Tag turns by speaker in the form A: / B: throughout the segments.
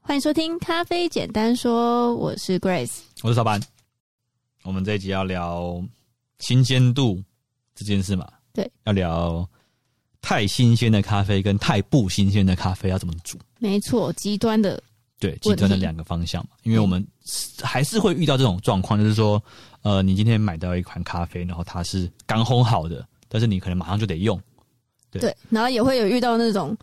A: 欢迎收听《咖啡简单说》，我是 Grace。
B: 我是小板。我们这一集要聊新鲜度这件事嘛？
A: 对，
B: 要聊太新鲜的咖啡跟太不新鲜的咖啡要怎么煮。
A: 没错，极端的
B: 对，极
A: 问
B: 端的
A: 题
B: 两个方向嘛，因为我们还是会遇到这种状况，就是说，呃，你今天买到一款咖啡，然后它是刚烘好的，但是你可能马上就得用，对
A: 对，然后也会有遇到那种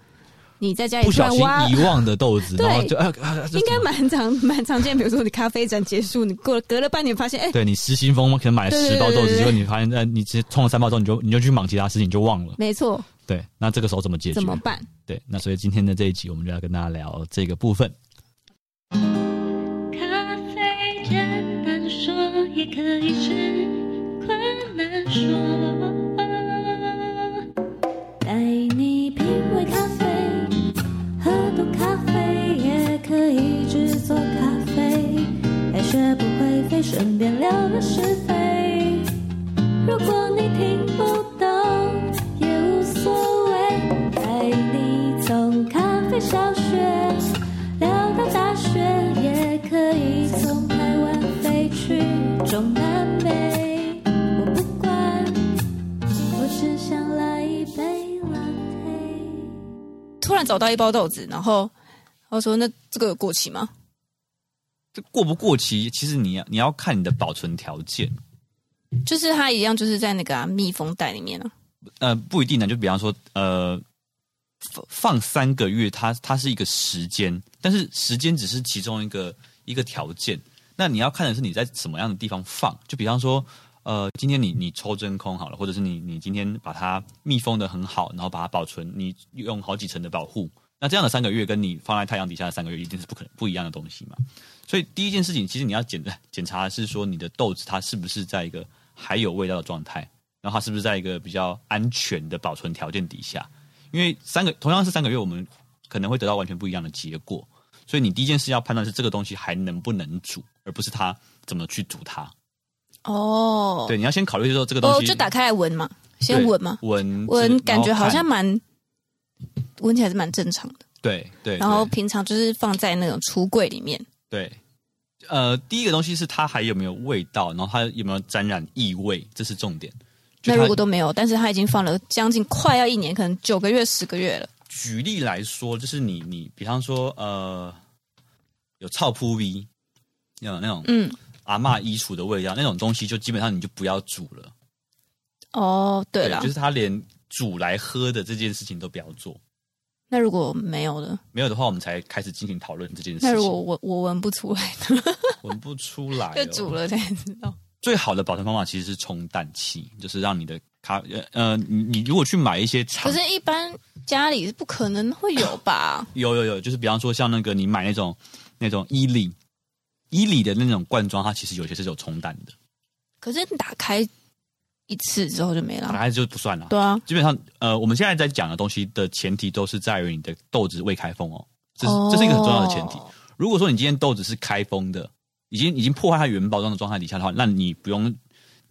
A: 你在家里
B: 不
A: 突
B: 小
A: 然
B: 心
A: 挖，
B: 遗忘的豆子，
A: 对
B: 然后就啊啊，啊这
A: 应该
B: 怎么
A: 蛮常蛮常见。比如说你咖啡展结束，你过了隔了半年发现，哎、
B: 对你失心疯，可能买了
A: 对
B: 十包
A: 对对
B: 豆子，
A: 对
B: 结果你发现，呃，你直接冲了三包之后，你就你就去忙其他事情，你就忘了。
A: 没错，
B: 对，那这个时候怎么解决？
A: 怎么办？
B: 对，那所以今天的这一集，我们就要跟大家聊这个部分。
C: 咖啡简单说，也可以是困难说。带你品味咖啡，喝懂咖啡，也可以制作咖啡。爱学不会飞，顺便聊聊是非。如果你听不懂也无所谓，带你从咖啡小学聊到大学，也可以从台湾飞去中南美。我不管，我只想来一杯 latte。
A: 突然找到一包豆子，然后我说：“那这个有过期吗
B: 这过不过期，其实你要你要看你的保存条件，？”
A: 就是它一样，就是在那个、啊、密封袋里面啊。
B: 呃，不一定呢。就比方说，呃，放放三个月，它它是一个时间，但是时间只是其中一个一个条件。那你要看的是你在什么样的地方放。就比方说，呃，今天你你抽真空好了，或者是你你今天把它密封的很好，然后把它保存，你用好几层的保护。那这样的三个月，跟你放在太阳底下的三个月，一定是不可能不一样的东西嘛。所以第一件事情，其实你要检检查的是说你的豆子它是不是在一个还有味道的状态。然后它是不是在一个比较安全的保存条件底下？因为三个同样是三个月，我们可能会得到完全不一样的结果。所以你第一件事要判断是这个东西还能不能煮，而不是它怎么去煮它。
A: 哦，
B: 对，你要先考虑说这个东
A: 哦，
B: 西
A: 就打开来闻嘛，先
B: 对
A: 闻嘛，
B: 闻
A: 闻感觉好像
B: 蛮
A: 蛮，闻起来是蛮正常的。
B: 对对，
A: 然后
B: 对
A: 平常就是放在那种橱柜里面，
B: 对，呃，第一个东西是它还有没有味道，然后它有没有沾染异味，这是重点。就
A: 那
B: 它
A: 如果都没有，但是它已经放了将近快要一年，可能九个月、十个月了。
B: 举例来说，就是你你比方说呃，有草扑 V，有那种
A: 嗯，
B: 阿嬷衣橱的味道，那种东西就基本上你就不要煮了。
A: 哦，对了，
B: 就是他连煮来喝的这件事情都不要做。
A: 那如果没有的，
B: 没有的话，我们才开始进行讨论这件事情。
A: 那如果我我闻不出来
B: 哎
A: 呢，
B: 闻不出来、哦
A: 就煮。了才知道。
B: 最好的保存方法其实是冲淡器，就是让你的咖呃呃，你你如果去买一些
A: 可
B: 厂
A: 是，一般家里是不可能会有 吧？
B: 有有有，就是比方说像那个你买那种那种伊利伊利的那种罐装，它其实有些是有冲淡的，
A: 可是打开一次之后就没
B: 打
A: 了。
B: 开就不算了。
A: 对啊，
B: 基本上，呃，我们现在在讲的东西的前提都是在于你的豆子未开封哦，这是这是一个很重要的前提。
A: 哦
B: 如果说你今天豆子是开封的，已经已经破坏它原包装的状态底下的话，那你不用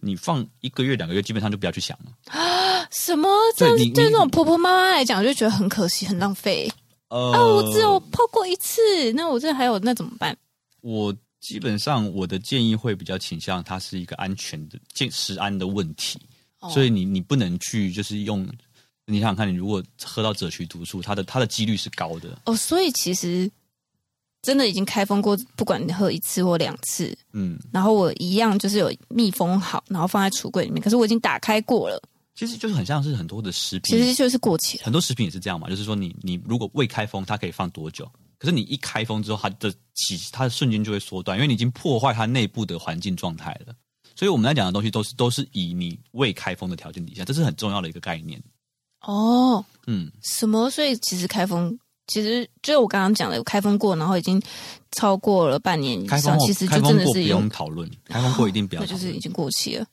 B: 你放一个月两个月，基本上就不要去想了。
A: 什么？这
B: 对
A: 样
B: 你
A: 对
B: 你
A: 那种婆婆妈妈来讲，就觉得很可惜、很浪费。
B: 呃，
A: 啊，我只有泡过一次，那我这还有那怎么办？
B: 我基本上我的建议会比较倾向它是一个安全的健食安的问题，
A: 哦
B: 所以你你不能去就是用。你想想看，你如果喝到赭曲毒素，它的它的几率是高的，
A: 哦，所以其实真的已经开封过，不管你喝一次或两次，
B: 嗯，
A: 然后我一样就是有密封好，然后放在橱柜里面。可是我已经打开过了，
B: 其实就是很像是很多的食品，
A: 其实就是过期了。
B: 很多食品也是这样嘛，就是说你你如果未开封，它可以放多久？可是你一开封之后，它的起它的瞬间就会缩短，因为你已经破坏它内部的环境状态了。所以我们在讲的东西都是都是以你未开封的条件底下，这是很重要的一个概念。
A: 哦，
B: 嗯，
A: 什么？所以其实开封。其实就我刚刚讲的，有开封过，然后已经超过了半年以
B: 开封
A: 上，
B: 后
A: 嗯啊其实就
B: 开
A: 真
B: 封
A: 的
B: 过不
A: 是有
B: 用，讨论，开封过一定不要
A: 那
B: 讨
A: 就
B: 论。
A: 是已经过期了。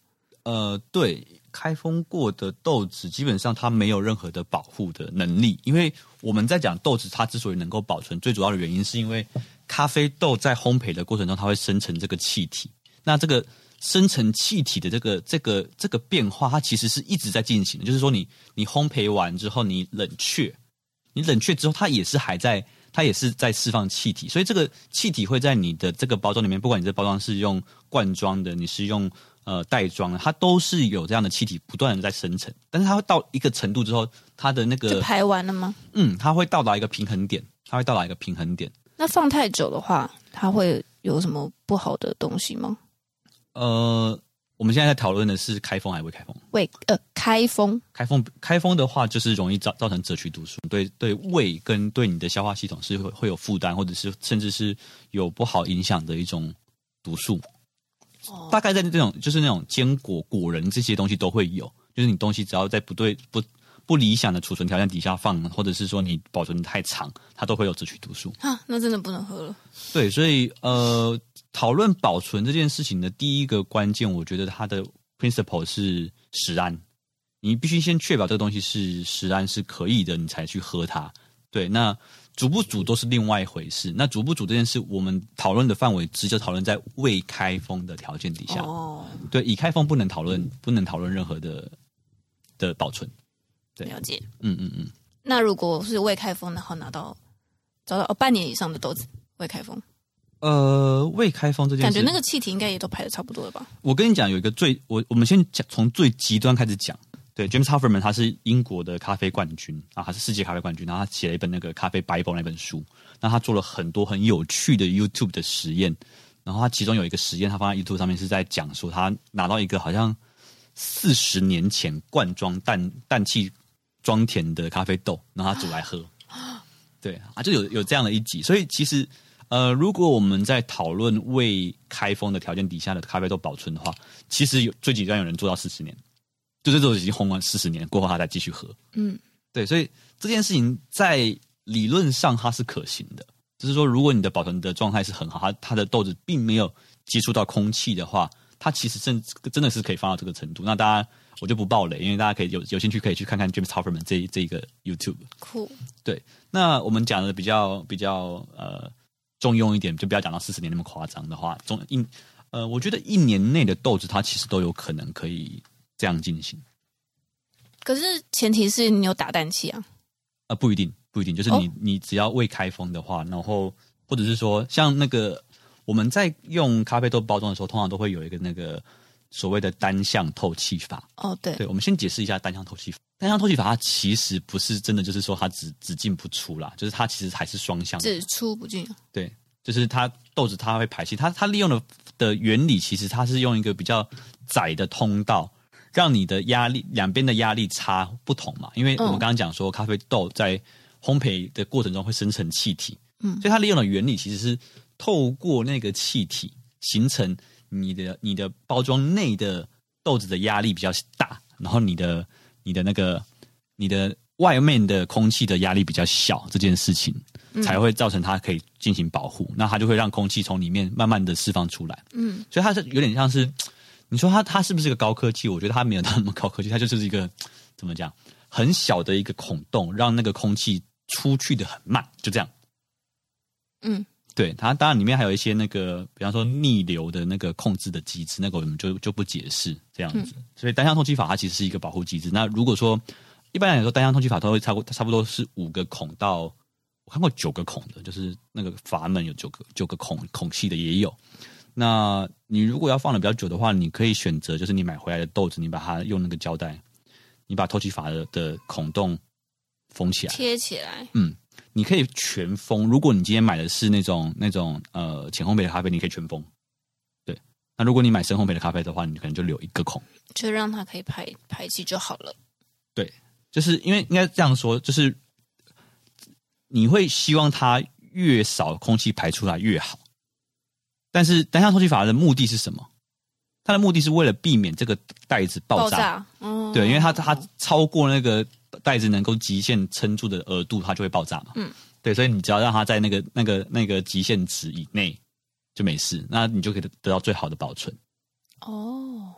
B: 呃，对，开封过的豆子基本上它没有任何的保护的能力，因为我们在讲豆子，它之所以能够保存，最主要的原因是因为咖啡豆在烘焙的过程中，它会生成这个气体。那这个生成气体的这个这个这个变化，它其实是一直在进行的。就是说你，你烘焙完之后，你冷却，你冷却之后，它也是还在它也是在释放气体，所以这个气体会在你的这个包装里面，不管你这包装是用罐装的，你是用呃袋装的，它都是有这样的气体不断的在生成。但是它会到一个程度之后，它的那
A: 就
B: 个
A: 排完了吗？
B: 嗯，它会到达一个平衡点，它会到达一个平衡点。
A: 那放太久的话，它会有什么不好的东西吗？
B: 呃，我们现在在讨论的是开封还是未开封？
A: 喂，呃，开封
B: 开封开封的话，就是容易造造成折曲毒素，对对胃跟对你的消化系统是会会有负担，或者是甚至是有不好影响的一种毒素。大概在这种就是那种坚果、果仁这些东西都会有，就是你东西只要在不对不不理想的储存条件底下放，或者是说你保存得太长，它都会有折曲毒素。
A: 啊，那真的不能喝了。
B: 对，所以呃，讨论保存这件事情的第一个关键，我觉得它的 principle 是食安，你必须先确保这个东西是食安是可以的，你才去喝它。对，那煮不煮都是另外一回事。那煮不煮这件事，我们讨论的范围只就讨论在未开封的条件底下。
A: 哦，
B: 对，已开封不能讨论，不能讨论任何的的保存。对
A: 了解。
B: 嗯嗯嗯，
A: 那如果是未开封，然后拿到找到哦半年以上的豆子未开封，
B: 呃，未开封这件
A: 感
B: 事，
A: 觉那个气体应该也都排的差不多了吧？
B: 我跟你讲，有一个最我我们先讲从最极端开始讲。对，James Hofferman 他是英国的咖啡冠军啊，他是世界咖啡冠军，然后他写了一本那个咖啡 Bible 那本书，那他做了很多很有趣的 YouTube 的实验，然后他其中有一个实验，他放在 YouTube 上面是在讲说他拿到一个好像四十年前罐装氮氮气装填的咖啡豆，然后他煮来喝。对啊，就有有这样的一集，所以其实呃，如果我们在讨论未开封的条件底下的咖啡豆保存的话，其实有最极端有人做到四十年，就是这种已经烘完四十年过后，他才继续喝。
A: 嗯，
B: 对，所以这件事情在理论上它是可行的，就是说，如果你的保存的状态是很好，它它的豆子并没有接触到空气的话，它其实真真的是可以放到这个程度。那大家我就不爆雷，因为大家可以有有兴趣可以去看看 James Hofferman 这一这一个 YouTube。
A: 酷。
B: 对，那我们讲的比较比较呃中庸一点，就不要讲到四十年那么夸张的话，中一呃，我觉得一年内的豆子它其实都有可能可以这样进行，
A: 可是前提是你有打蛋器啊。
B: 呃，不一定不一定，就是你、你只要未开封的话，然后或者是说像那个我们在用咖啡豆包装的时候，通常都会有一个那个所谓的单向透气法，
A: 哦，对，
B: 对，我们先解释一下单向透气法。单向透气法它其实不是真的，就是说它只只进不出啦，就是它其实还是双向的
A: 只出不啊进。
B: 对，就是它豆子它会排气，它它利用的的原理其实它是用一个比较窄的通道，让你的压力两边的压力差不同嘛。因为我
A: 嗯
B: 们刚刚讲说，咖啡豆在烘焙的过程中会生成气体，
A: 嗯
B: 所以它利用的原理其实是透过那个气体形成你的你的包装内的豆子的压力比较大，然后你的你的那个你的外面的空气的压力比较小，这件事情才会造成它可以进行保护，那它就会让空气从里面慢慢的释放出来。
A: 嗯，
B: 所以它是有点像是，你说它它是不是个高科技？我觉得它没有那么高科技，它就是一个怎么讲，很小的一个孔洞，让那个空气出去的很慢，就这样。
A: 嗯，
B: 对它，当然里面还有一些那个，比方说逆流的那个控制的机制，那个我们就就不解释这样子。所以单向通气法它其实是一个保护机制。那如果说一般来说，单向通气法它会差不多差不多是五个孔到，我看过九个孔的，就是那个阀门有九个九个孔孔隙的也有。那你如果要放的比较久的话，你可以选择就是你买回来的豆子，你把它用那个胶带，你把透气阀的的孔洞封起来，
A: 贴起来。
B: 你可以全封。如果你今天买的是那种那种呃浅烘焙的咖啡，你可以全封。对，那如果你买深烘焙的咖啡的话，你可能就留一个孔。
A: 就让它可以排排气就好了。
B: 就是因为应该这样说，就是你会希望它越少空气排出来越好。但是单向透气阀的目的是什么？它的目的是为了避免这个袋子爆炸。
A: 炸，哦，
B: 对，因为它它超过那个袋子能够极限撑住的额度，它就会爆炸嘛。
A: 嗯，
B: 对，所以你只要让它在那个那个那个极限值以内就没事，那你就可以得得到最好的保存。
A: 哦，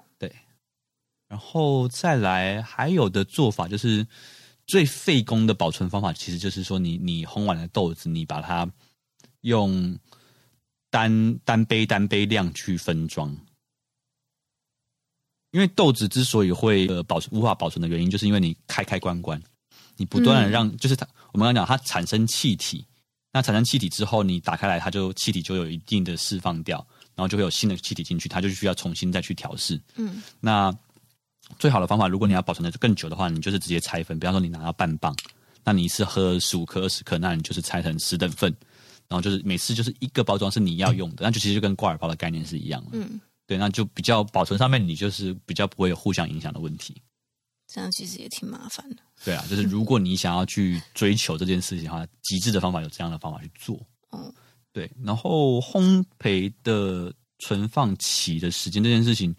B: 然后再来，还有的做法就是最费工的保存方法，其实就是说你你烘完的豆子，你把它用单单杯单杯量去分装。因为豆子之所以会呃保存无法保存的原因，就是因为你开开关关，你不断的让、就是它我们刚刚讲它产生气体，那产生气体之后，你打开来，它就气体就有一定的释放掉，然后就会有新的气体进去，它就需要重新再去调试。
A: 嗯，
B: 那最好的方法，如果你要保存的更久的话，你就是直接拆分。比方说，你拿到半磅，那你一次喝十五克、二十克，那你就是拆成十等份，然后就是每次就是一个包装是你要用的，那就其实就跟挂耳包的概念是一样的。
A: 嗯，
B: 对，那就比较保存上面，你就是比较不会有互相影响的问题。
A: 这样其实也挺麻烦的。
B: 对啊，就是如果你想要去追求这件事情的话，极致的方法有这样的方法去做。
A: 哦，
B: 对，然后烘焙的存放期的时间这件事情，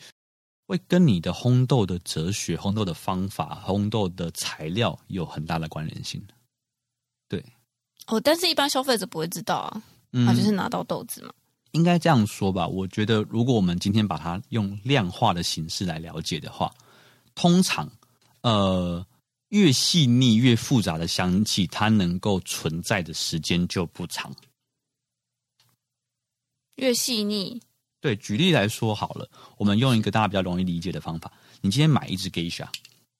B: 会跟你的烘豆的哲学、烘豆的方法、烘豆的材料有很大的关联性。
A: 哦，但是一般消费者不会知道啊，
B: 嗯
A: 他就是拿到豆子嘛。
B: 应该这样说吧，我觉得如果我们今天把它用量化的形式来了解的话，通常，呃，越细腻、越复杂的香气，它能够存在的时间就不长。
A: 越细腻，
B: 对，举例来说好了，我们用一个大家比较容易理解的方法，你今天买一只 geisha，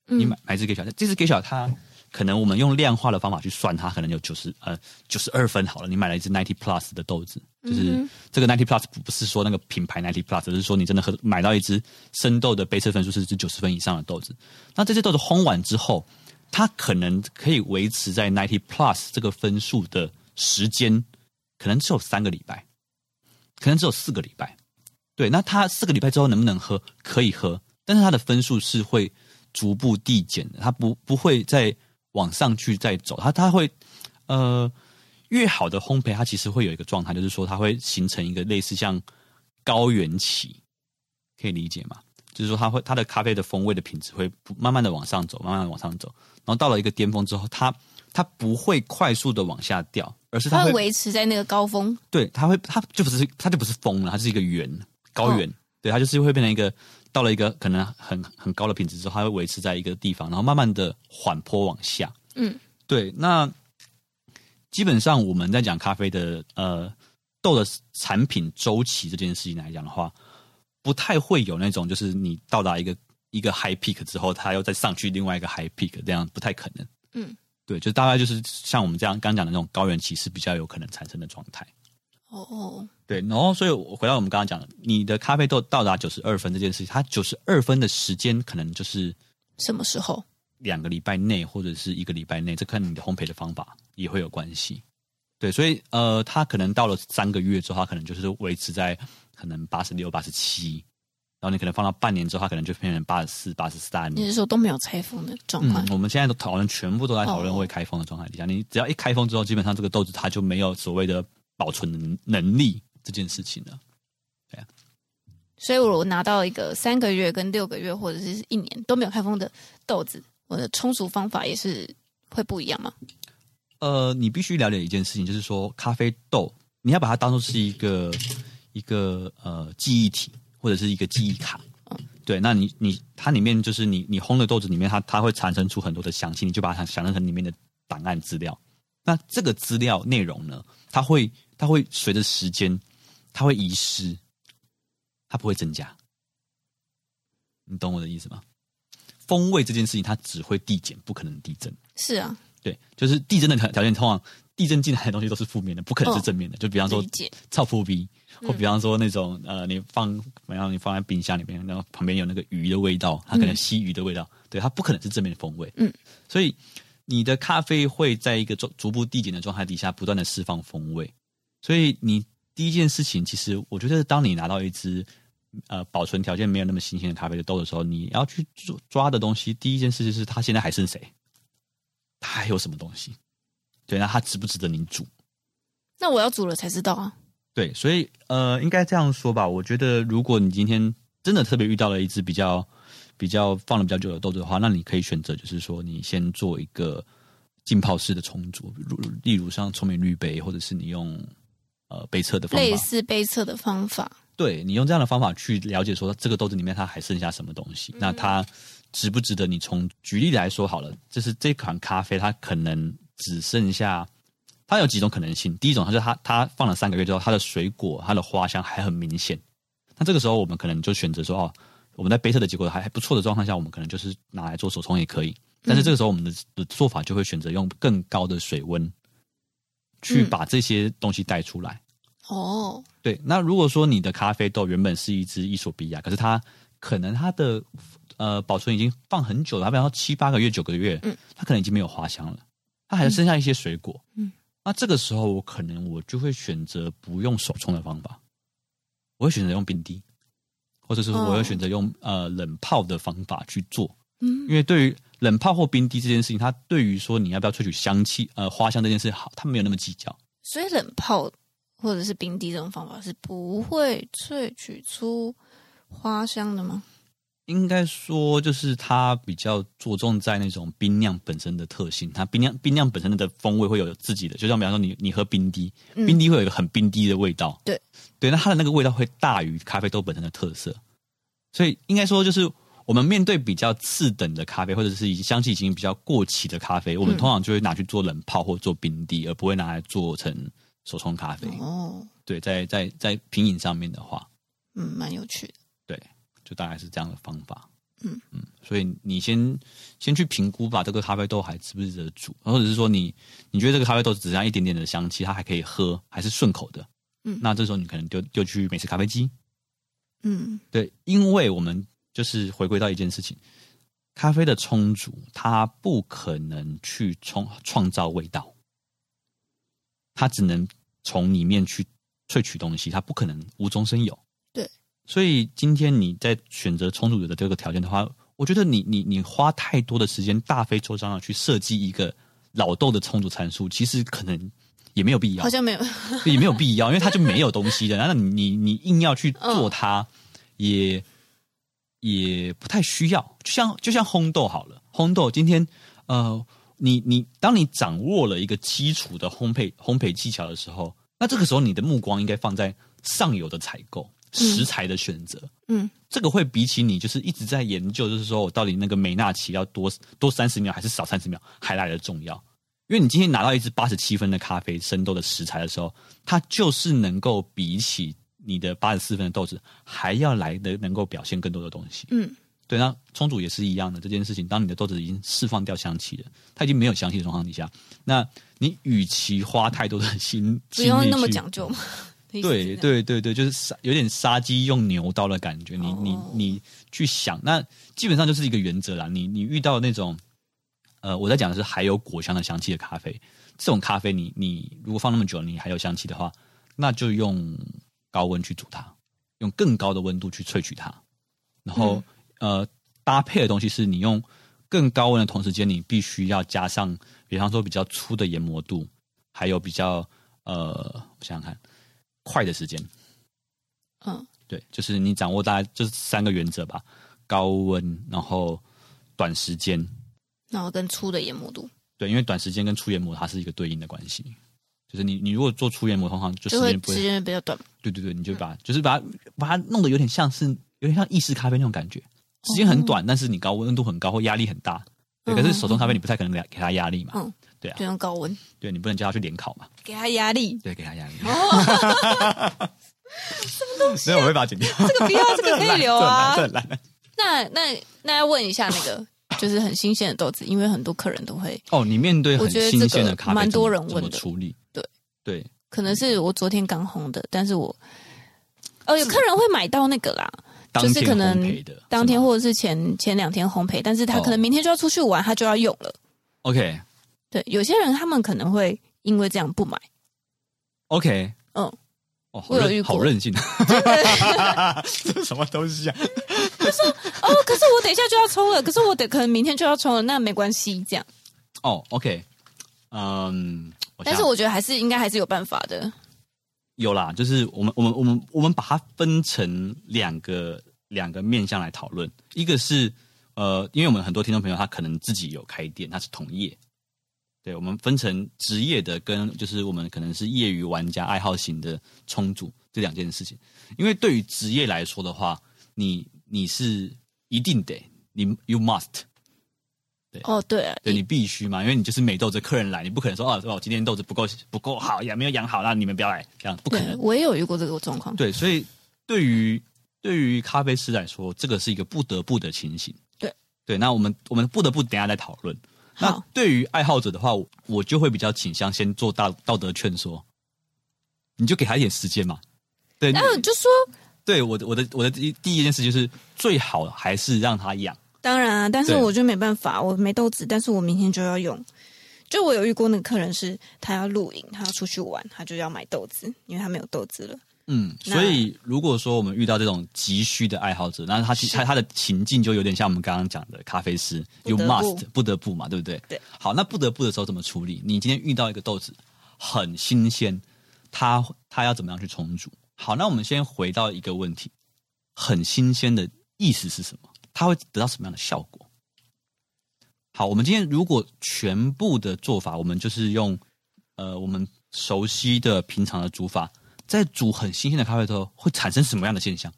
A: 嗯
B: 你买买一只 geisha，这只 geisha 它可能我们用量化的方法去算，它可能有九十呃九十二分好了，你买了一只 ninety plus 的豆子，就是、
A: 嗯哼
B: 这个 ninety plus 不不是说那个品牌 ninety plus，而是说你真的喝买到一只生豆的杯测分数是只九十分以上的豆子，那这些豆子烘完之后，它可能可以维持在 ninety plus 这个分数的时间，可能只有三个礼拜，可能只有四个礼拜。对，那它四个礼拜之后能不能喝？可以喝，但是它的分数是会逐步递减的，它不不会再往上去再走，它它会呃越好的烘焙，它其实会有一个状态，就是说它会形成一个类似像高原期，可以理解吗？就是说它会它的咖啡的风味的品质会不慢慢的往上走，慢慢的往上走，然后到了一个巅峰之后，它它不会快速的往下掉，而是它
A: 它
B: 会
A: 会维持在那个高峰。
B: 对，它会，它就不是，它就不是峰了，它是一个圆高
A: 哦
B: 原，对，它就是会变成一个到了一个可能很很高的品质之后，它会维持在一个地方，然后慢慢的缓坡往下。
A: 嗯，
B: 对，那基本上我们在讲咖啡的呃豆的产品周期这件事情来讲的话，不太会有那种就是你到达一个一个 high peak 之后，它又再上去另外一个 high peak，这样不太可能。
A: 嗯，
B: 对，就大概就是像我们这样刚讲的那种高原期是比较有可能产生的状态。
A: 哦哦，
B: 对，然后所以我回到我们刚刚讲的，你的咖啡豆到达九十二分这件事情，它九十二分的时间可能就是
A: 什么时候？
B: 两个礼拜内或者是一个礼拜内，这看你的烘焙的方法也会有关系。对，所以呃，它可能到了三个月之后，它可能就是维持在可能八十六、八十七，然后你可能放到半年之后，它可能就变成八十四、八十三。
A: 你是说都没有拆封的状况
B: 嗯？，我们现在都讨论全部都在讨论
A: 哦
B: 会开封的状态底下，你只要一开封之后，基本上这个豆子它就没有所谓的保存能能力这件事情了。
A: 所以我拿到一个三个月跟六个月或者是一年都没有开封的豆子，我的冲煮方法也是会不一样吗？
B: 呃，你必须了解一件事情，就是说咖啡豆，你要把它当做是一个一个呃记忆体或者是一个记忆卡。对，那你你它里面就是你你烘的豆子里面它，它会产生出很多的香气，你就把它想象成里面的档案资料。那这个资料内容呢，它会它会随着时间，它会遗失，它不会增加。你懂我的意思吗？风味这件事情，它只会递减，不可能递增。
A: 是啊，
B: 对，就是地震的条条件，通常地震进来的东西都是负面的，不可能是正面的。就比方说
A: 哦理解
B: 超扑鼻，或比方说那种、呃，你放，然后你放在冰箱里面，然后旁边有那个鱼的味道，它可能吸鱼的味道，对，它不可能是正面的风味。
A: 嗯，
B: 所以你的咖啡会在一个逐逐步递减的状态底下，不断的释放风味。所以你第一件事情，其实我觉得，当你拿到一支呃保存条件没有那么新鲜的咖啡豆的时候，你要去抓抓的东西，第一件事就是它现在还剩谁，它还有什么东西，对，那它值不值得你煮？
A: 那我要煮了才知道啊。
B: 对，所以呃，应该这样说吧。我觉得，如果你今天真的特别遇到了一只比较比较放了比较久的豆子的话，那你可以选择，就是说你先做一个浸泡式的冲煮，如例如像聪明滤杯，或者是你用呃杯测的方
A: 类
B: 法，
A: 似杯测的方法，
B: 对你用这样的方法去了解说这个豆子里面它还剩下什么东西，那它值不值得你冲？举例来说好了，就是这款咖啡它可能只剩下。它有几种可能性，第一种它就是它它放了三个月之后，它的水果、它的花香还很明显。那这个时候我们可能就选择说，哦，我们在杯测的结果还还不错的状态下，我们可能就是拿来做手冲也可以。但是这个时候我们的的做法就会选择用更高的水温去
A: 嗯
B: 把这些东西带出来。
A: 哦，
B: 对，那如果说你的咖啡豆原本是一只伊索比亚，可是它可能它的呃保存已经放很久了，它比方说七八个月、九个月，
A: 嗯
B: 它可能已经没有花香了，它还剩下一些水果。
A: 嗯，
B: 那这个时候我可能我就会选择不用手冲的方法，我会选择用冰滴，或者是我会
A: 哦
B: 选择用、呃冷泡的方法去做，
A: 嗯
B: 因为对于冷泡或冰滴这件事情，它对于说你要不要萃取香气呃花香这件事，好，它没有那么计较。
A: 所以冷泡或者是冰滴这种方法是不会萃取出花香的吗？
B: 应该说，就是它比较着重在那种冰酿本身的特性，它冰酿冰酿本身的风味会有自己的，就像比方说你你喝冰滴，
A: 嗯
B: 冰滴会有一个很冰滴的味道，
A: 对
B: 对，那它的那个味道会大于咖啡豆本身的特色，所以应该说就是我们面对比较次等的咖啡，或者是已经香气已经比较过期的咖啡，我们
A: 嗯
B: 通常就会拿去做冷泡或做冰滴，而不会拿来做成手冲咖啡。
A: 哦，
B: 对，在在在品饮上面的话，
A: 嗯，蛮有趣的。
B: 对，就大概是这样的方法。
A: 嗯
B: 嗯，所以你先先去评估吧，这个咖啡豆还值不值得煮，或者是说你你觉得这个咖啡豆只剩下一点点的香气，它还可以喝，还是顺口的。
A: 嗯
B: 那这时候你可能丢丢去美式咖啡机。
A: 嗯
B: 对，因为我们就是回归到一件事情，咖啡的冲煮它不可能去冲创造味道，它只能从里面去萃取东西，它不可能无中生有。
A: 对，
B: 所以今天你在选择冲煮的这个条件的话，我觉得你你你花太多的时间大费周章的去设计一个老豆的冲煮参数，其实可能也没有必要
A: 好。像 没有，
B: 也没有必要，因为它就没有东西的。那你你你硬要去做它，也也不太需要。就像就像烘豆好了，烘豆今天呃，你你当你掌握了一个基础的烘焙烘焙技巧的时候，那这个时候你的目光应该放在上游的采购、食材的选择。
A: 嗯
B: 这个会比起你就是一直在研究，就是说我到底那个美纳奇要多多三十秒还是少三十秒还来得重要。因为你今天拿到一支八十七分的咖啡生豆的食材的时候，它就是能够比起你的八十四分的豆子还要来的能够表现更多的东西。
A: 嗯，
B: 对，那冲煮也是一样的这件事情。当你的豆子已经释放掉香气了，它已经没有香气的状况底下，那你与其花太多的心，
A: 不用
B: 心力
A: 那么
B: 去
A: 讲究嘛。 你是
B: 对
A: 这样，
B: 对对对，就是杀有点杀鸡用牛刀的感觉。你你
A: 哦
B: 你去想，那基本上就是一个原则啦。你你遇到那种，呃，我在讲的是还有果香的香气的咖啡，这种咖啡你你如果放那么久，你还有香气的话，那就用高温去煮它，用更高的温度去萃取它，然后、呃搭配的东西是你用更高温的同时间，你必须要加上，比方说比较粗的研磨度，还有比较呃，我想想看，快的时间，
A: 嗯
B: 对，就是你掌握大概就是三个原则吧，高温，然后短时间，
A: 然后跟粗的研磨度
B: 对，因为短时间跟粗研磨它是一个对应的关系，就是你你如果做粗研磨，通常就时
A: 就会
B: 间不
A: 时
B: 会，
A: 间比较短。
B: 对对对，
A: 嗯
B: 你就把就是把它把它弄得有点像是有点像意式咖啡那种感觉，时间很短，但是你高温度很高或压力很大，对，可
A: 哦嗯嗯
B: 是手冲咖啡你不太可能给它给它压力嘛，
A: 嗯，
B: 对啊
A: 就用高温
B: 对你不能叫它去联考嘛，
A: 给他压力。
B: 对，给它压力。
A: 哦
B: 所以我会把它剪掉。。
A: 这个不要，啊这个可以留啊
B: 这很烂这很烂
A: 那那那要问一下那个，就是很新鲜的豆子，因为很多客人都会，
B: 哦，你面对
A: 我
B: 很
A: 觉得
B: 新
A: 这
B: 鲜
A: 个
B: 的咖啡，
A: 蛮多
B: 怎么
A: 人
B: 怎
A: 问
B: 么
A: 的
B: 处理？
A: 对
B: 对，
A: 可能是我昨天刚烘的，但是我哦，有客人会买到那个啦，
B: 当
A: 就是
B: 天
A: 可能
B: 烘焙的，
A: 当天
B: 是吗
A: 或者是前前两天烘焙，但是他
B: 哦
A: 可能明天就要出去玩，他就要用了。
B: OK
A: 对，有些人他们可能会因为这样不买，
B: OK，
A: 嗯，
B: 哦，好
A: 我有
B: 任
A: 遇
B: 好
A: 过
B: 任性， 这是什么东西啊？
A: 哦，可是我等一下就要冲了，可是我得可能明天就要冲了，那没关系，这样。
B: 哦，OK，嗯，我
A: 但
B: 想
A: 是我觉得还是应该还是有办法的。
B: 有啦，就是我们我们我们我们把它分成两个两个面向来讨论，一个是呃，因为我们很多听众朋友他可能自己有开店，他是同业，对我们分成职业的跟就是我们可能是业余玩家爱好型的冲煮这两件事情，因为对于职业来说的话，你你是一定得你 you must
A: 哦，对啊，
B: 对你必须嘛，因为你就是没豆子，客人来，你不可能说哦，我今天豆子不够不够好，也没有养好，那你们不要来，这样不可
A: 对
B: 能。
A: 我也有遇过这个状况。
B: 对，所以对于对于咖啡师来说，这个是一个不得不的情形。
A: 对
B: 对，那我们我们不得不等一下再讨论。那
A: 好
B: 对于爱好者的话，我我就会比较倾向先做大道德劝说，你就给他一点时间嘛。对，
A: 然后你就说，
B: 对，我的我的我的第一第一件事就是最好还是让他养。
A: 当然啊，但是
B: 对
A: 我就没办法，我没豆子，但是我明天就要用。就我有遇过那个客人是，他要露营，他要出去玩，他就要买豆子，因为他没有豆子了。
B: 嗯，
A: 那
B: 所以如果说我们遇到这种急需的爱好者，那他其他他的情境就有点像我们刚刚讲的咖啡师
A: 不
B: ，you
A: 得
B: must
A: 不
B: 不得不嘛，对不对？
A: 对。
B: 好，那不得不的时候怎么处理？你今天遇到一个豆子很新鲜，它它要怎么样去冲煮？好，那我们先回到一个问题：很新鲜的意思是什么？它会得到什么样的效果？好，我们今天如果全部的做法，我们就是用呃我们熟悉的平常的煮法，在煮很新鲜的咖啡的时候，会产生什么样的现象？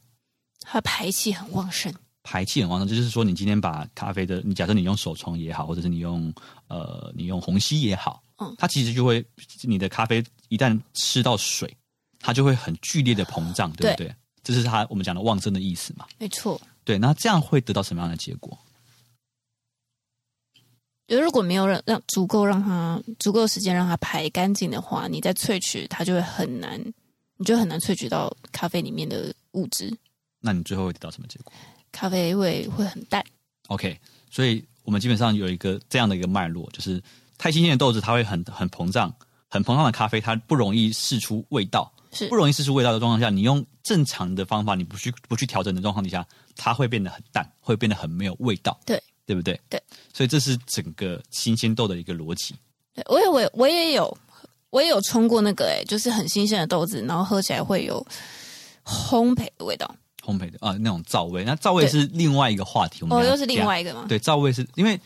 A: 他排气很旺盛，
B: 排气很旺盛，这就是说你今天把咖啡的，你假设你用手冲也好，或者是你用呃你用虹吸也好，
A: 嗯
B: 它其实就会你的咖啡一旦吃到水，它就会很剧烈的膨胀，对不对？这是它我们讲的旺盛的意思嘛？
A: 没错。
B: 对，那这样会得到什么样的结果？
A: 就如果没有让让足够让它足够时间让它排干净的话，你再萃取它就会很难，你就很难萃取到咖啡里面的物质，
B: 那你最后会得到什么结果？
A: 咖啡味会很淡。
B: OK，所以我们基本上有一个这样的一个脉络，就是太新鲜的豆子它会很很膨胀，很膨胀的咖啡它不容易释出味道，
A: 是
B: 不容易释出味道的状况下，你用正常的方法，你不去不去调整的状况底下，它会变得很淡，会变得很没有味道，
A: 对
B: 对不对？
A: 对，
B: 所以这是整个新鲜豆的一个逻辑。
A: 对我也我也我也有我也有冲过那个诶、就是很新鲜的豆子，然后喝起来会有烘焙的味道。
B: 烘焙的啊，那种皂味，那皂味
A: 对
B: 是另外一个话题，我们
A: 哦，
B: 等一下
A: 又是另外一个吗？
B: 嗯对，照味是因为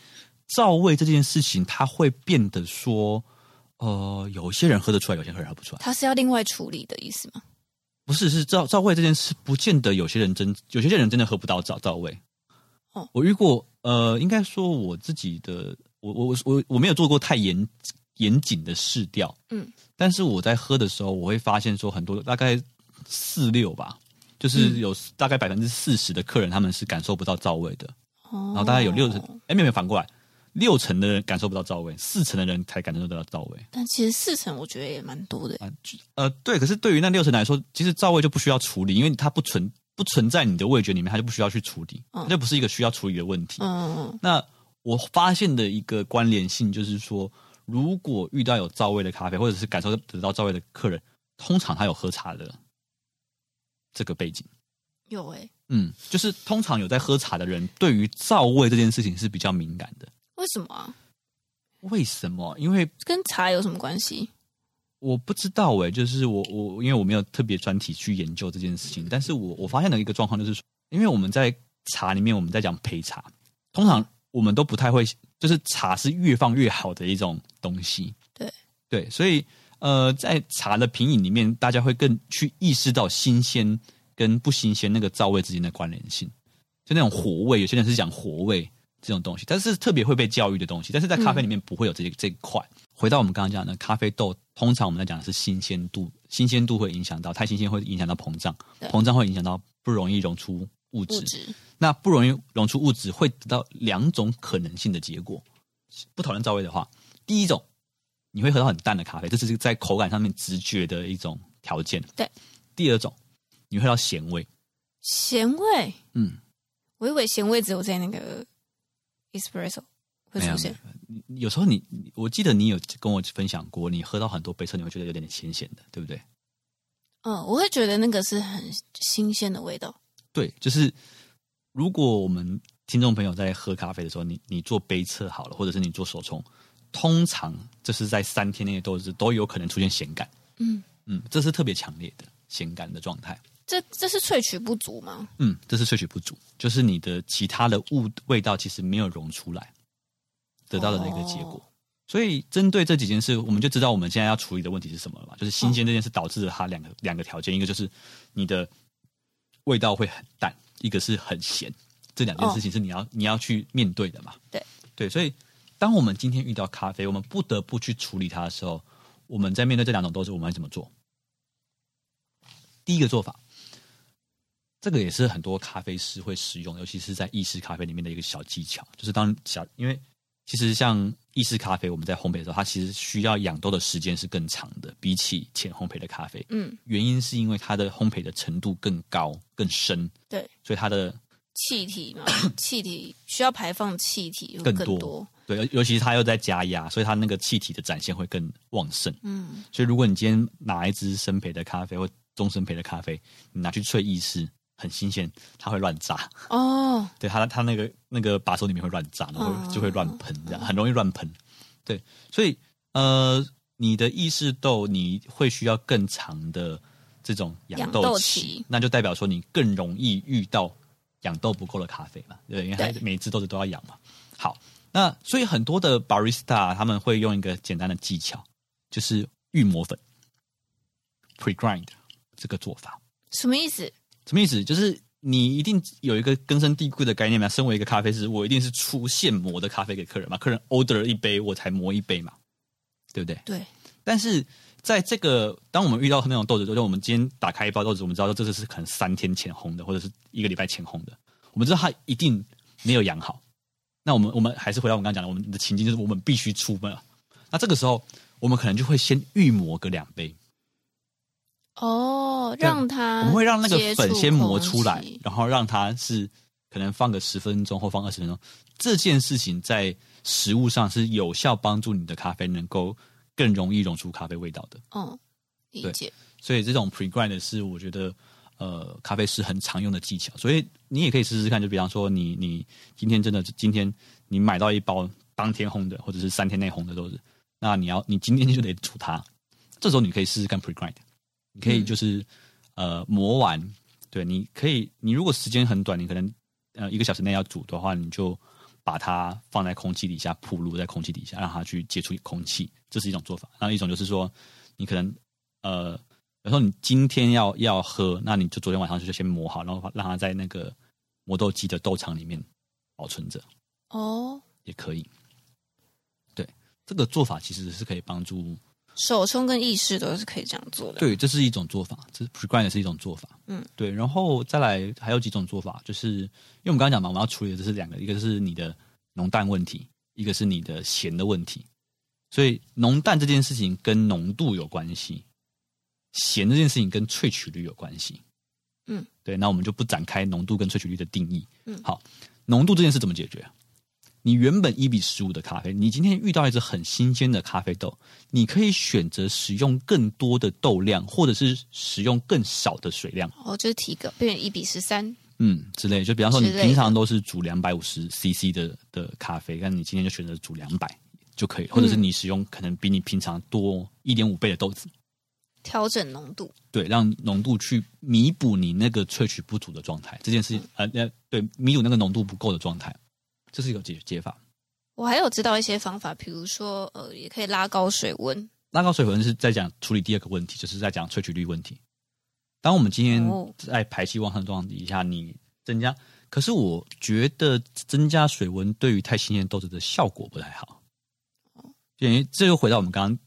B: 照味这件事情，它会变得说，呃，有些人喝得出来，有些人喝不出来。
A: 它是要另外处理的意思吗？
B: 不是，是照照味这件事，不见得有些人真，有些人真的喝不到照照味。
A: 哦
B: 我遇过，呃，应该说我自己的，我我我我我没有做过太严严谨的试调，
A: 嗯，
B: 但是我在喝的时候，我会发现说很多大概四六吧，就是
A: 嗯
B: 有大概百分之四十的客人他们是感受不到照味的，
A: 哦，
B: 然后大概有六成，哎，没有没有反过来，六成的人感受不到照味，四成的人才感受得到照味。
A: 但其实四成我觉得也蛮多的、
B: 呃，对，可是对于那六成来说，其实照味就不需要处理，因为它不存不存在你的味觉里面，它就不需要去处理，
A: 嗯
B: 它就不是一个需要处理的问题。
A: 嗯，嗯
B: 那我发现的一个关联性就是说，如果遇到有皂味的咖啡，或者是感受得到皂味的客人，通常他有喝茶的这个背景。
A: 有欸诶、
B: 嗯，就是通常有在喝茶的人，对于皂味这件事情是比较敏感的。
A: 为什么啊？
B: 为什么？因为
A: 跟茶有什么关系？
B: 我不知道哎、就是我我因为我没有特别专题去研究这件事情，但是我我发现的一个状况就是说，因为我们在茶里面我们在讲陪茶，通常我们都不太会，就是茶是越放越好的一种东西。
A: 对
B: 对，所以呃，在茶的品饮里面，大家会更去意识到新鲜跟不新鲜那个燥味之间的关联性，就那种火味，有些人是讲火味这种东西，但是特别会被教育的东西，但是在咖啡里面不会有这、这一块。回到我们刚刚讲的咖啡豆，通常我们在讲的是新鲜度，新鲜度会影响到太新鲜会影响到膨胀，
A: 对
B: 膨胀会影响到不容易溶出物质
A: 物，质
B: 那不容易溶出物质会得到两种可能性的结果。不讨论皂味的话，第一种你会喝到很淡的咖啡，这是在口感上面直觉的一种条件。
A: 对。
B: 第二种，你会喝到咸味。
A: 咸味，
B: 嗯，
A: 我以为咸味只有在那个 espresso 会
B: 没有
A: 出现。
B: 你有时候你，你我记得你有跟我分享过，你喝到很多杯测，你会觉得有点咸咸的，对不对？
A: 嗯，我会觉得那个是很新鲜的味道。
B: 对，就是如果我们听众朋友在喝咖啡的时候，你你做杯测好了，或者是你做手冲，通常就是在三天内都是都有可能出现咸感。
A: 嗯
B: 嗯，这是特别强烈的咸感的状态。
A: 这这是萃取不足吗？
B: 嗯，这是萃取不足，就是你的其他的物味道其实没有溶出来，得到的那个结果。
A: 哦
B: 所以针对这几件事，我们就知道我们现在要处理的问题是什么了吧？就是新
A: 嗯
B: 鲜这件事导致了它两个两个条件，一个就是你的味道会很淡，一个是很咸，这两件事情是你要、你要去面对的嘛？
A: 哦对
B: 对，所以当我们今天遇到咖啡，我们不得不去处理它的时候，我们在面对这两种豆子，我们要怎么做？第一个做法，这个也是很多咖啡师会使用，尤其是在意式咖啡里面的一个小技巧，就是当小因为其实像意式咖啡，我们在烘焙的时候，它其实需要养豆的时间是更长的，比起浅烘焙的咖啡。
A: 嗯，
B: 原因是因为它的烘焙的程度更高、更深，
A: 对，
B: 所以它的
A: 气体嘛， 气体需要排放气体会
B: 嗯更
A: 更
B: 多对，尤尤其是它又在加压，所以它那个气体的展现会更旺盛。
A: 嗯，
B: 所以如果你今天拿一支生焙的咖啡或中生焙的咖啡，你拿去萃意式，很新鲜，它会乱炸。
A: 哦，
B: 对它它那个那个把手里面会乱炸，然
A: 嗯
B: 后就会乱喷，这样很容易乱喷。对，所以呃，你的意式豆你会需要更长的这种
A: 养
B: 养
A: 豆
B: 豆
A: 期
B: 期，那就代表说你更容易遇到养豆不够的咖啡嘛，对不对，因为它
A: 对
B: 每一只豆子都要养嘛。好，那所以很多的 barista 啊他们会用一个简单的技巧，就是预磨粉 pre grind 这个做法。
A: 什么意思？
B: 什么意思？就是你一定有一个根深蒂固的概念嘛。身为一个咖啡师，我一定是出现磨的咖啡给客人嘛，客人 order 一杯，我才磨一杯嘛，对不对？
A: 对，
B: 但是在这个，当我们遇到那种豆子，就像我们今天打开一包豆子，我们知道这次是可能三天前烘的，或者是一个礼拜前烘的，我们知道它一定没有养好。那我们我们还是回到我们刚刚讲的，我们的情境就是我们必须出门。那这个时候，我们可能就会先预磨个两杯，
A: 哦，
B: 对
A: 让它
B: 我们会让那个
A: 接触
B: 粉先磨出
A: 空
B: 来
A: 气，
B: 然后让它是可能放个十分钟或放二十分钟。这件事情在食物上是有效帮助你的咖啡能够更容易溶出咖啡味道的。
A: 嗯，理
B: 对
A: 解，
B: 所以这种 pre grind 是我觉得呃咖啡师很常用的技巧，所以你也可以试试看。就比方说你你今天真的今天你买到一包当天烘的或者是三天内烘的豆子，那你要你今天就得煮它，这时候你可以试试看 pre grind，你可以就是、呃磨完，对，你可以你如果时间很短，你可能呃一个小时内要煮的话，你就。把它放在空气底下，铺露在空气底下，让它去接触空气，这是一种做法。然后一种就是说，你可能呃比如说你今天要要喝，那你就昨天晚上就先磨好，然后把让它在那个磨豆机的豆厂里面保存着
A: 哦，
B: 也可以。对，这个做法其实是可以帮助。
A: 手冲跟意式都是可以这样做的，
B: 对，这是一种做法，这 pre grind 是一种做法。
A: 嗯，
B: 对。然后再来还有几种做法，就是因为我们刚刚讲嘛，我们要处理的这是两个，一个是你的浓淡问题，一个是你的咸的问题。所以浓淡这件事情跟浓度有关系，咸这件事情跟萃取率有关系。
A: 嗯，
B: 对。那我们就不展开浓度跟萃取率的定义。
A: 嗯
B: 好，浓度这件事怎么解决？啊你原本一比十五的咖啡，你今天遇到一只很新鲜的咖啡豆，你可以选择使用更多的豆量，或者是使用更少的水量，
A: 哦，就是提个变成一比十三，
B: 嗯之类。就比方说，你
A: 之类的
B: 平常都是煮两百五十 CC 的的咖啡，但你今天就选择煮两百就可以，或者
A: 嗯
B: 是你使用可能比你平常多一点五倍的豆子，
A: 调整浓度，
B: 对，让浓度去弥补你那个萃取不足的状态。这件事情，呃，呃，对，弥补那个浓度不够的状态，这是一个解解法。
A: 我还有知道一些方法，比如说呃，也可以拉高水温，
B: 拉高水温是在讲处理第二个问题，就是在讲萃取率问题。当我们今天
A: 哦
B: 在排气旺盛的状况底下，你增加，可是我觉得增加水温对于太新鲜豆子的效果不太好。因为这又回到我们刚刚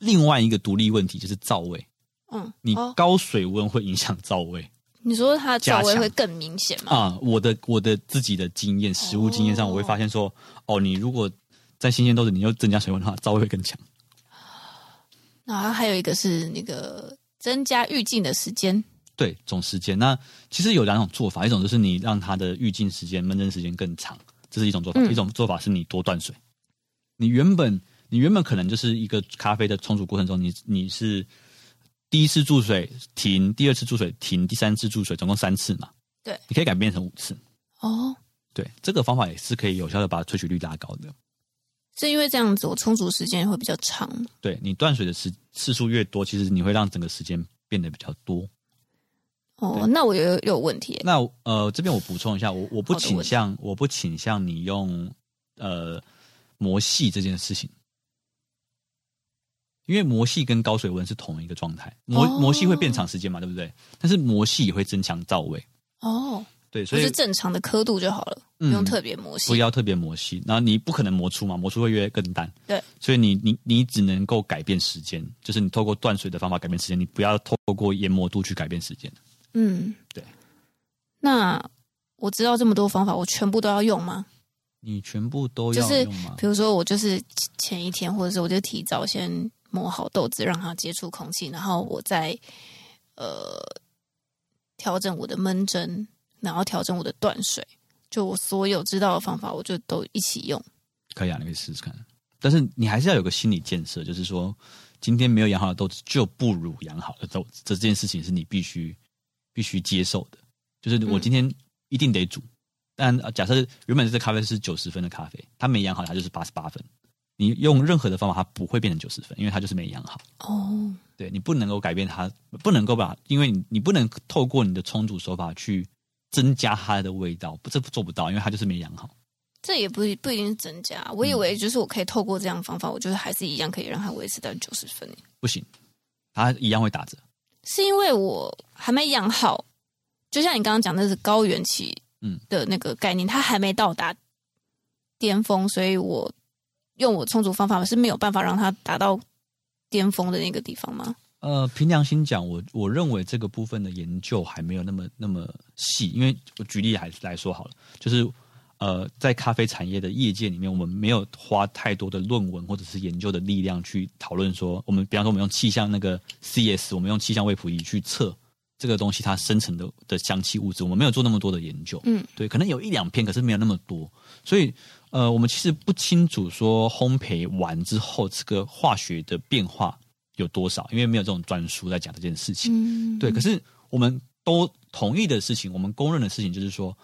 B: 另外一个独立问题，就是燥味。
A: 嗯，
B: 你
A: 哦，
B: 高水温会影响燥味
A: 你说它的
B: 加
A: 价位
B: 强
A: 会更明显吗？
B: 啊、我的我的自己的经验，食物经验上，
A: 哦
B: 我会发现说，哦，你如果在新鲜豆子，你又增加水温的话，燥味会更强。
A: 然后还有一个是那个增加预浸的时间，
B: 对，总时间。那其实有两种做法，一种就是你让它的预浸时间、闷蒸时间更长，这是一种做法；
A: 嗯
B: 一种做法是你多断水。你原本你原本可能就是一个咖啡的冲煮过程中，你你是第一次注水停，第二次注水停，第三次注水，总共三次嘛。
A: 对，
B: 你可以改变成五次。
A: 哦，
B: 对，这个方法也是可以有效的把萃取率拉高的。
A: 是因为这样子我充足时间会比较长，
B: 对你断水的时次数越多，其实你会让整个时间变得比较多。
A: 哦，
B: 对
A: 那我有有问题耶，
B: 那呃，这边我补充一下，我我不
A: 好的
B: 倾向，我不倾向你用呃魔系这件事情，因为魔系跟高水温是同一个状态，魔、
A: 哦
B: 魔系会变长时间嘛，对不对？但是魔系也会增强燥味，
A: 哦，
B: 对，
A: 就
B: 所
A: 是
B: 以
A: 正常的刻度就好了，
B: 嗯
A: 不用特别磨细
B: 不，要特别魔系，然后你不可能磨出嘛，磨出会越更淡，
A: 对，
B: 所以你你你只能够改变时间，就是你透过断水的方法改变时间，你不要透过研磨度去改变时间。
A: 嗯，
B: 对。
A: 那我知道这么多方法，我全部都要用吗？
B: 你全部都
A: 就
B: 要
A: 是
B: 用吗？
A: 比如说我就是前一天，或者是我就提早先磨好豆子，让它接触空气，然后我再呃调整我的闷蒸，然后调整我的断水，就我所有知道的方法，我就都一起用。
B: 可以啊，你可以试试看。但是你还是要有个心理建设，就是说，今天没有养好的豆子，就不如养好的豆子。这件事情是你必须必须接受的。就是我
A: 嗯
B: 今天一定得煮，但呃假设原本这咖啡是九十分的咖啡，它没养好，它就是八十八分。你用任何的方法，它不会变成九十分，因为它就是没养好。
A: 哦，
B: 对你不能够改变它，不能够把，因为你你不能透过你的冲煮手法去增加它的味道，不这做不到，因为它就是没养好。
A: 这也不一不一定是增加，啊我以为就是我可以透过这样的方法，我就是还是一样可以让它维持到九十分。欸
B: 不行，它一样会打折。
A: 是因为我还没养好，就像你刚刚讲的是高原期，
B: 嗯
A: 的那个概念，它还没到达巅峰，所以我用我充足方法是没有办法让它达到巅峰的那个地方吗？
B: 呃，凭良心讲，我我认为这个部分的研究还没有那么那么细，因为我举例还是来说好了，就是呃，在咖啡产业的业界里面，我们没有花太多的论文或者是研究的力量去讨论说，我们比方说我们用气象那个 CS，我们用气象卫谱仪去测这个东西它生成的的香气物质，我们没有做那么多的研究，
A: 嗯，
B: 对，可能有一两篇，可是没有那么多，所以呃，我们其实不清楚说烘焙完之后这个化学的变化有多少，因为没有这种专书在讲这件事情。
A: 嗯，
B: 对，可是我们都同意的事情，我们公认的事情就是说，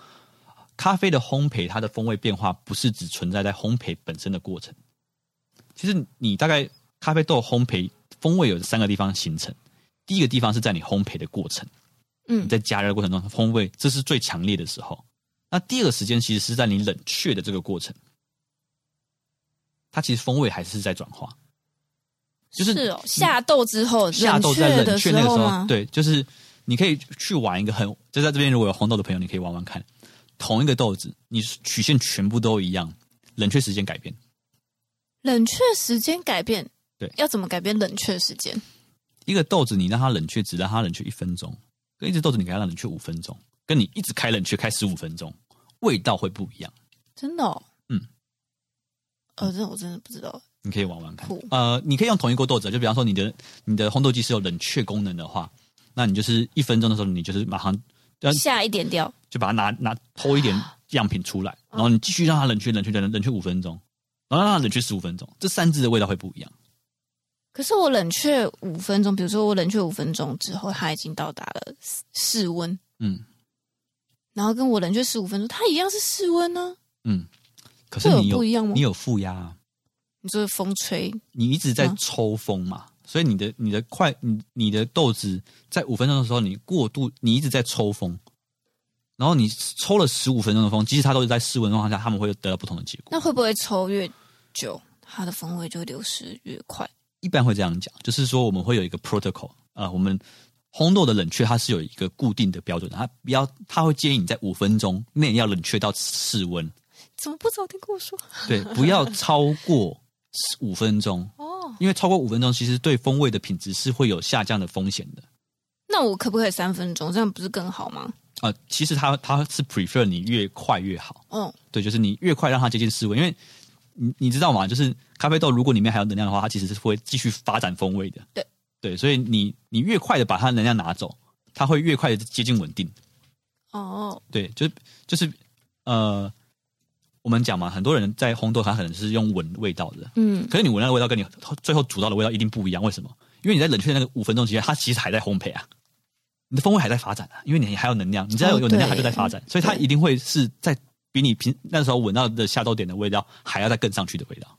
B: 咖啡的烘焙它的风味变化不是只存在在烘焙本身的过程。其实你大概咖啡豆烘焙风味有三个地方形成，第一个地方是在你烘焙的过程。你
A: 嗯
B: 在加热的过程中风味，这是最强烈的时候。那第二个时间其实是在你冷却的这个过程，它其实风味还是在转化。就是嗯
A: 哦，下豆之后，
B: 下豆在冷
A: 的
B: 却那个时
A: 吗
B: 候，？对，就是你可以去玩一个很，就在这边如果有红豆的朋友，你可以玩玩看，同一个豆子，你曲线全部都一样，冷却时间改变。
A: 冷却时间改变，
B: 对
A: 要怎么改变冷却时间？
B: 一个豆子你让它冷却，只让它冷却一分钟，跟一只豆子你给它冷却五分钟，跟你一直开冷却开十五分钟，味道会不一样。
A: 真的、哦，
B: 嗯，
A: 呃，这我真的不知道，
B: 你可以玩玩看
A: 酷。
B: 呃，你可以用同一锅豆子，就比方说你的你的烘豆机是有冷却功能的话，那你就是一分钟的时候，你就是马上呃
A: 下一点掉，
B: 就把它拿拿偷一点样品出来，
A: 哦
B: 然后你继续让它冷却冷却冷冷却五分钟，然后让它冷却十五分钟，这三支的味道会不一样。
A: 可是我冷却五分钟，比如说我冷却五分钟之后，它已经到达了室室温，
B: 嗯
A: 然后跟我冷却十五分钟，它一样是室温啊呢、
B: 嗯，可是
A: 会有
B: 你有
A: 不一样吗
B: 你有负压、啊，
A: 你就是风吹，
B: 你一直在
A: 嗯
B: 抽风嘛，所以你的你的快你你的豆子在五分钟的时候，你过度你一直在抽风，然后你抽了十五分钟的风，即使它都是在室温的状况下，他们会得到不同的结果。
A: 那会不会抽越久，它的风味就流失越快？
B: 一般会这样讲，就是说我们会有一个 protocol，呃，我们烘豆的冷却它是有一个固定的标准，它不要，它会建议你在五分钟内要冷却到室温，
A: 怎么不早点跟我说？
B: 对，不要超过五分钟，
A: 哦，
B: 因为超过五分钟其实对风味的品质是会有下降的风险的。
A: 那我可不可以三分钟？这样不是更好吗？
B: 啊，其实它它是 prefer 你越快越好，
A: 哦，
B: 对，就是你越快让它接近室温，因为你你知道吗？就是咖啡豆如果里面还有能量的话，它其实是会继续发展风味的。
A: 对
B: 对，所以你你越快的把它的能量拿走，它会越快的接近稳定。
A: 哦，
B: 对，就就是呃，我们讲嘛，很多人在烘豆，他可能是用闻味道的，
A: 嗯，
B: 可是你闻到的味道跟你最后煮到的味道一定不一样，为什么？因为你在冷却的那个五分钟期间，它其实还在烘焙啊，你的风味还在发展啊，因为你还有能量，你只要有
A: 哦
B: 有能量，
A: 对
B: 它就在发展，所以它一定会是在比你平那时候闻到的下豆点的味道还要再更上去的味道。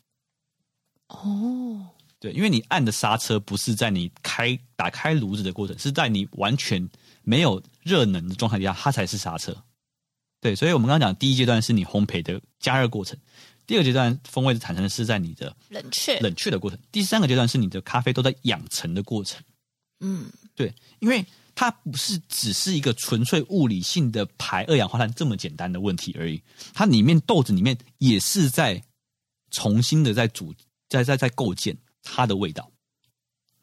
A: 哦，
B: 对，因为你按的刹车不是在你开打开炉子的过程，是在你完全没有热能的状态底下，它才是刹车。对，所以我们刚刚讲第一阶段是你烘焙的加热过程，第二个阶段风味的产生是在你的
A: 冷却，
B: 冷却的过程，第三个阶段是你的咖啡豆在养成的过程。
A: 嗯，
B: 对，因为它不是只是一个纯粹物理性的排二氧化碳这么简单的问题而已，它里面豆子里面也是在重新的在组在在在构建它的味道。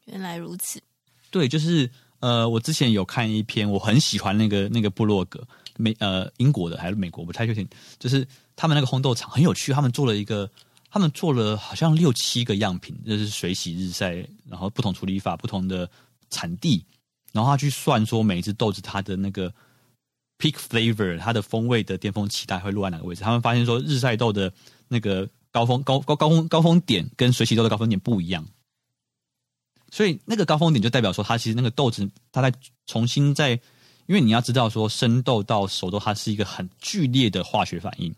A: 原来如此，
B: 对，就是呃，我之前有看一篇，我很喜欢那个那个部落格，美呃英国的还是美国，不太确定，就是他们那个烘豆厂很有趣，他们做了一个，他们做了好像六七个样品，就是水洗、日晒，然后不同处理法、不同的产地，然后他去算说每一只豆子它的那个 peak flavor，它的风味的巅峰期待会落在哪个位置？他们发现说日晒豆的那个高峰高高高峰高峰点跟水洗豆的高峰点不一样，所以那个高峰点就代表说，它其实那个豆子，它在重新在，因为你要知道说，生豆到熟豆，它是一个很剧烈的化学反应。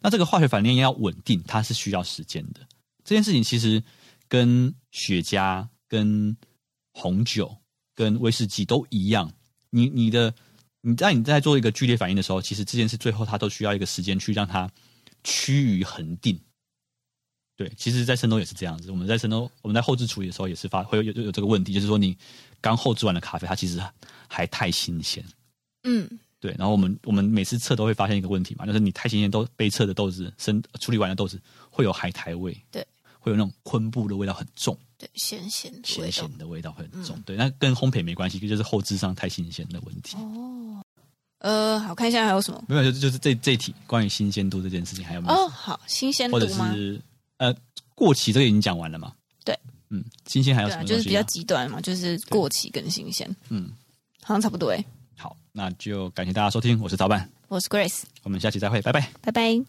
B: 那这个化学反应要稳定，它是需要时间的。这件事情其实跟雪茄、跟红酒、跟威士忌都一样。你你的你在你在做一个剧烈反应的时候，其实这件事最后它都需要一个时间去让它趋于恒定。对，其实，在生豆也是这样子。我们在生豆，我们在后置处理的时候也是发会有有有这个问题，就是说你刚后置完的咖啡，它其实还太新鲜。
A: 嗯，
B: 对，然后我们我们每次测都会发现一个问题嘛，就是你太新鲜豆被测的豆子，生处理完的豆子会有海苔味，
A: 对，
B: 会有那种昆布的味道很重，
A: 对，咸咸的味
B: 咸
A: 道嗯
B: 咸。的味道会很重。对，那跟烘焙没关系，就是后置上太新鲜的问题。
A: 哦，呃，好看一下还有什么？
B: 没有，就就是这这一题关于新鲜度这件事情还有没有？
A: 哦，好，新鲜
B: 嗯或
A: 度
B: 者
A: 吗？
B: 是呃，过期这个已经讲完了嘛？
A: 对，
B: 嗯，新鲜还有
A: 对
B: 什
A: 啊，
B: 么东
A: 就
B: 西要？
A: 是比较极端嘛，就是过期跟新鲜，
B: 嗯。
A: 好像差不多哎。
B: 好，那就感谢大家收听，我是早板，
A: 我是 Grace，
B: 我们下期再会，拜拜。
A: 拜拜。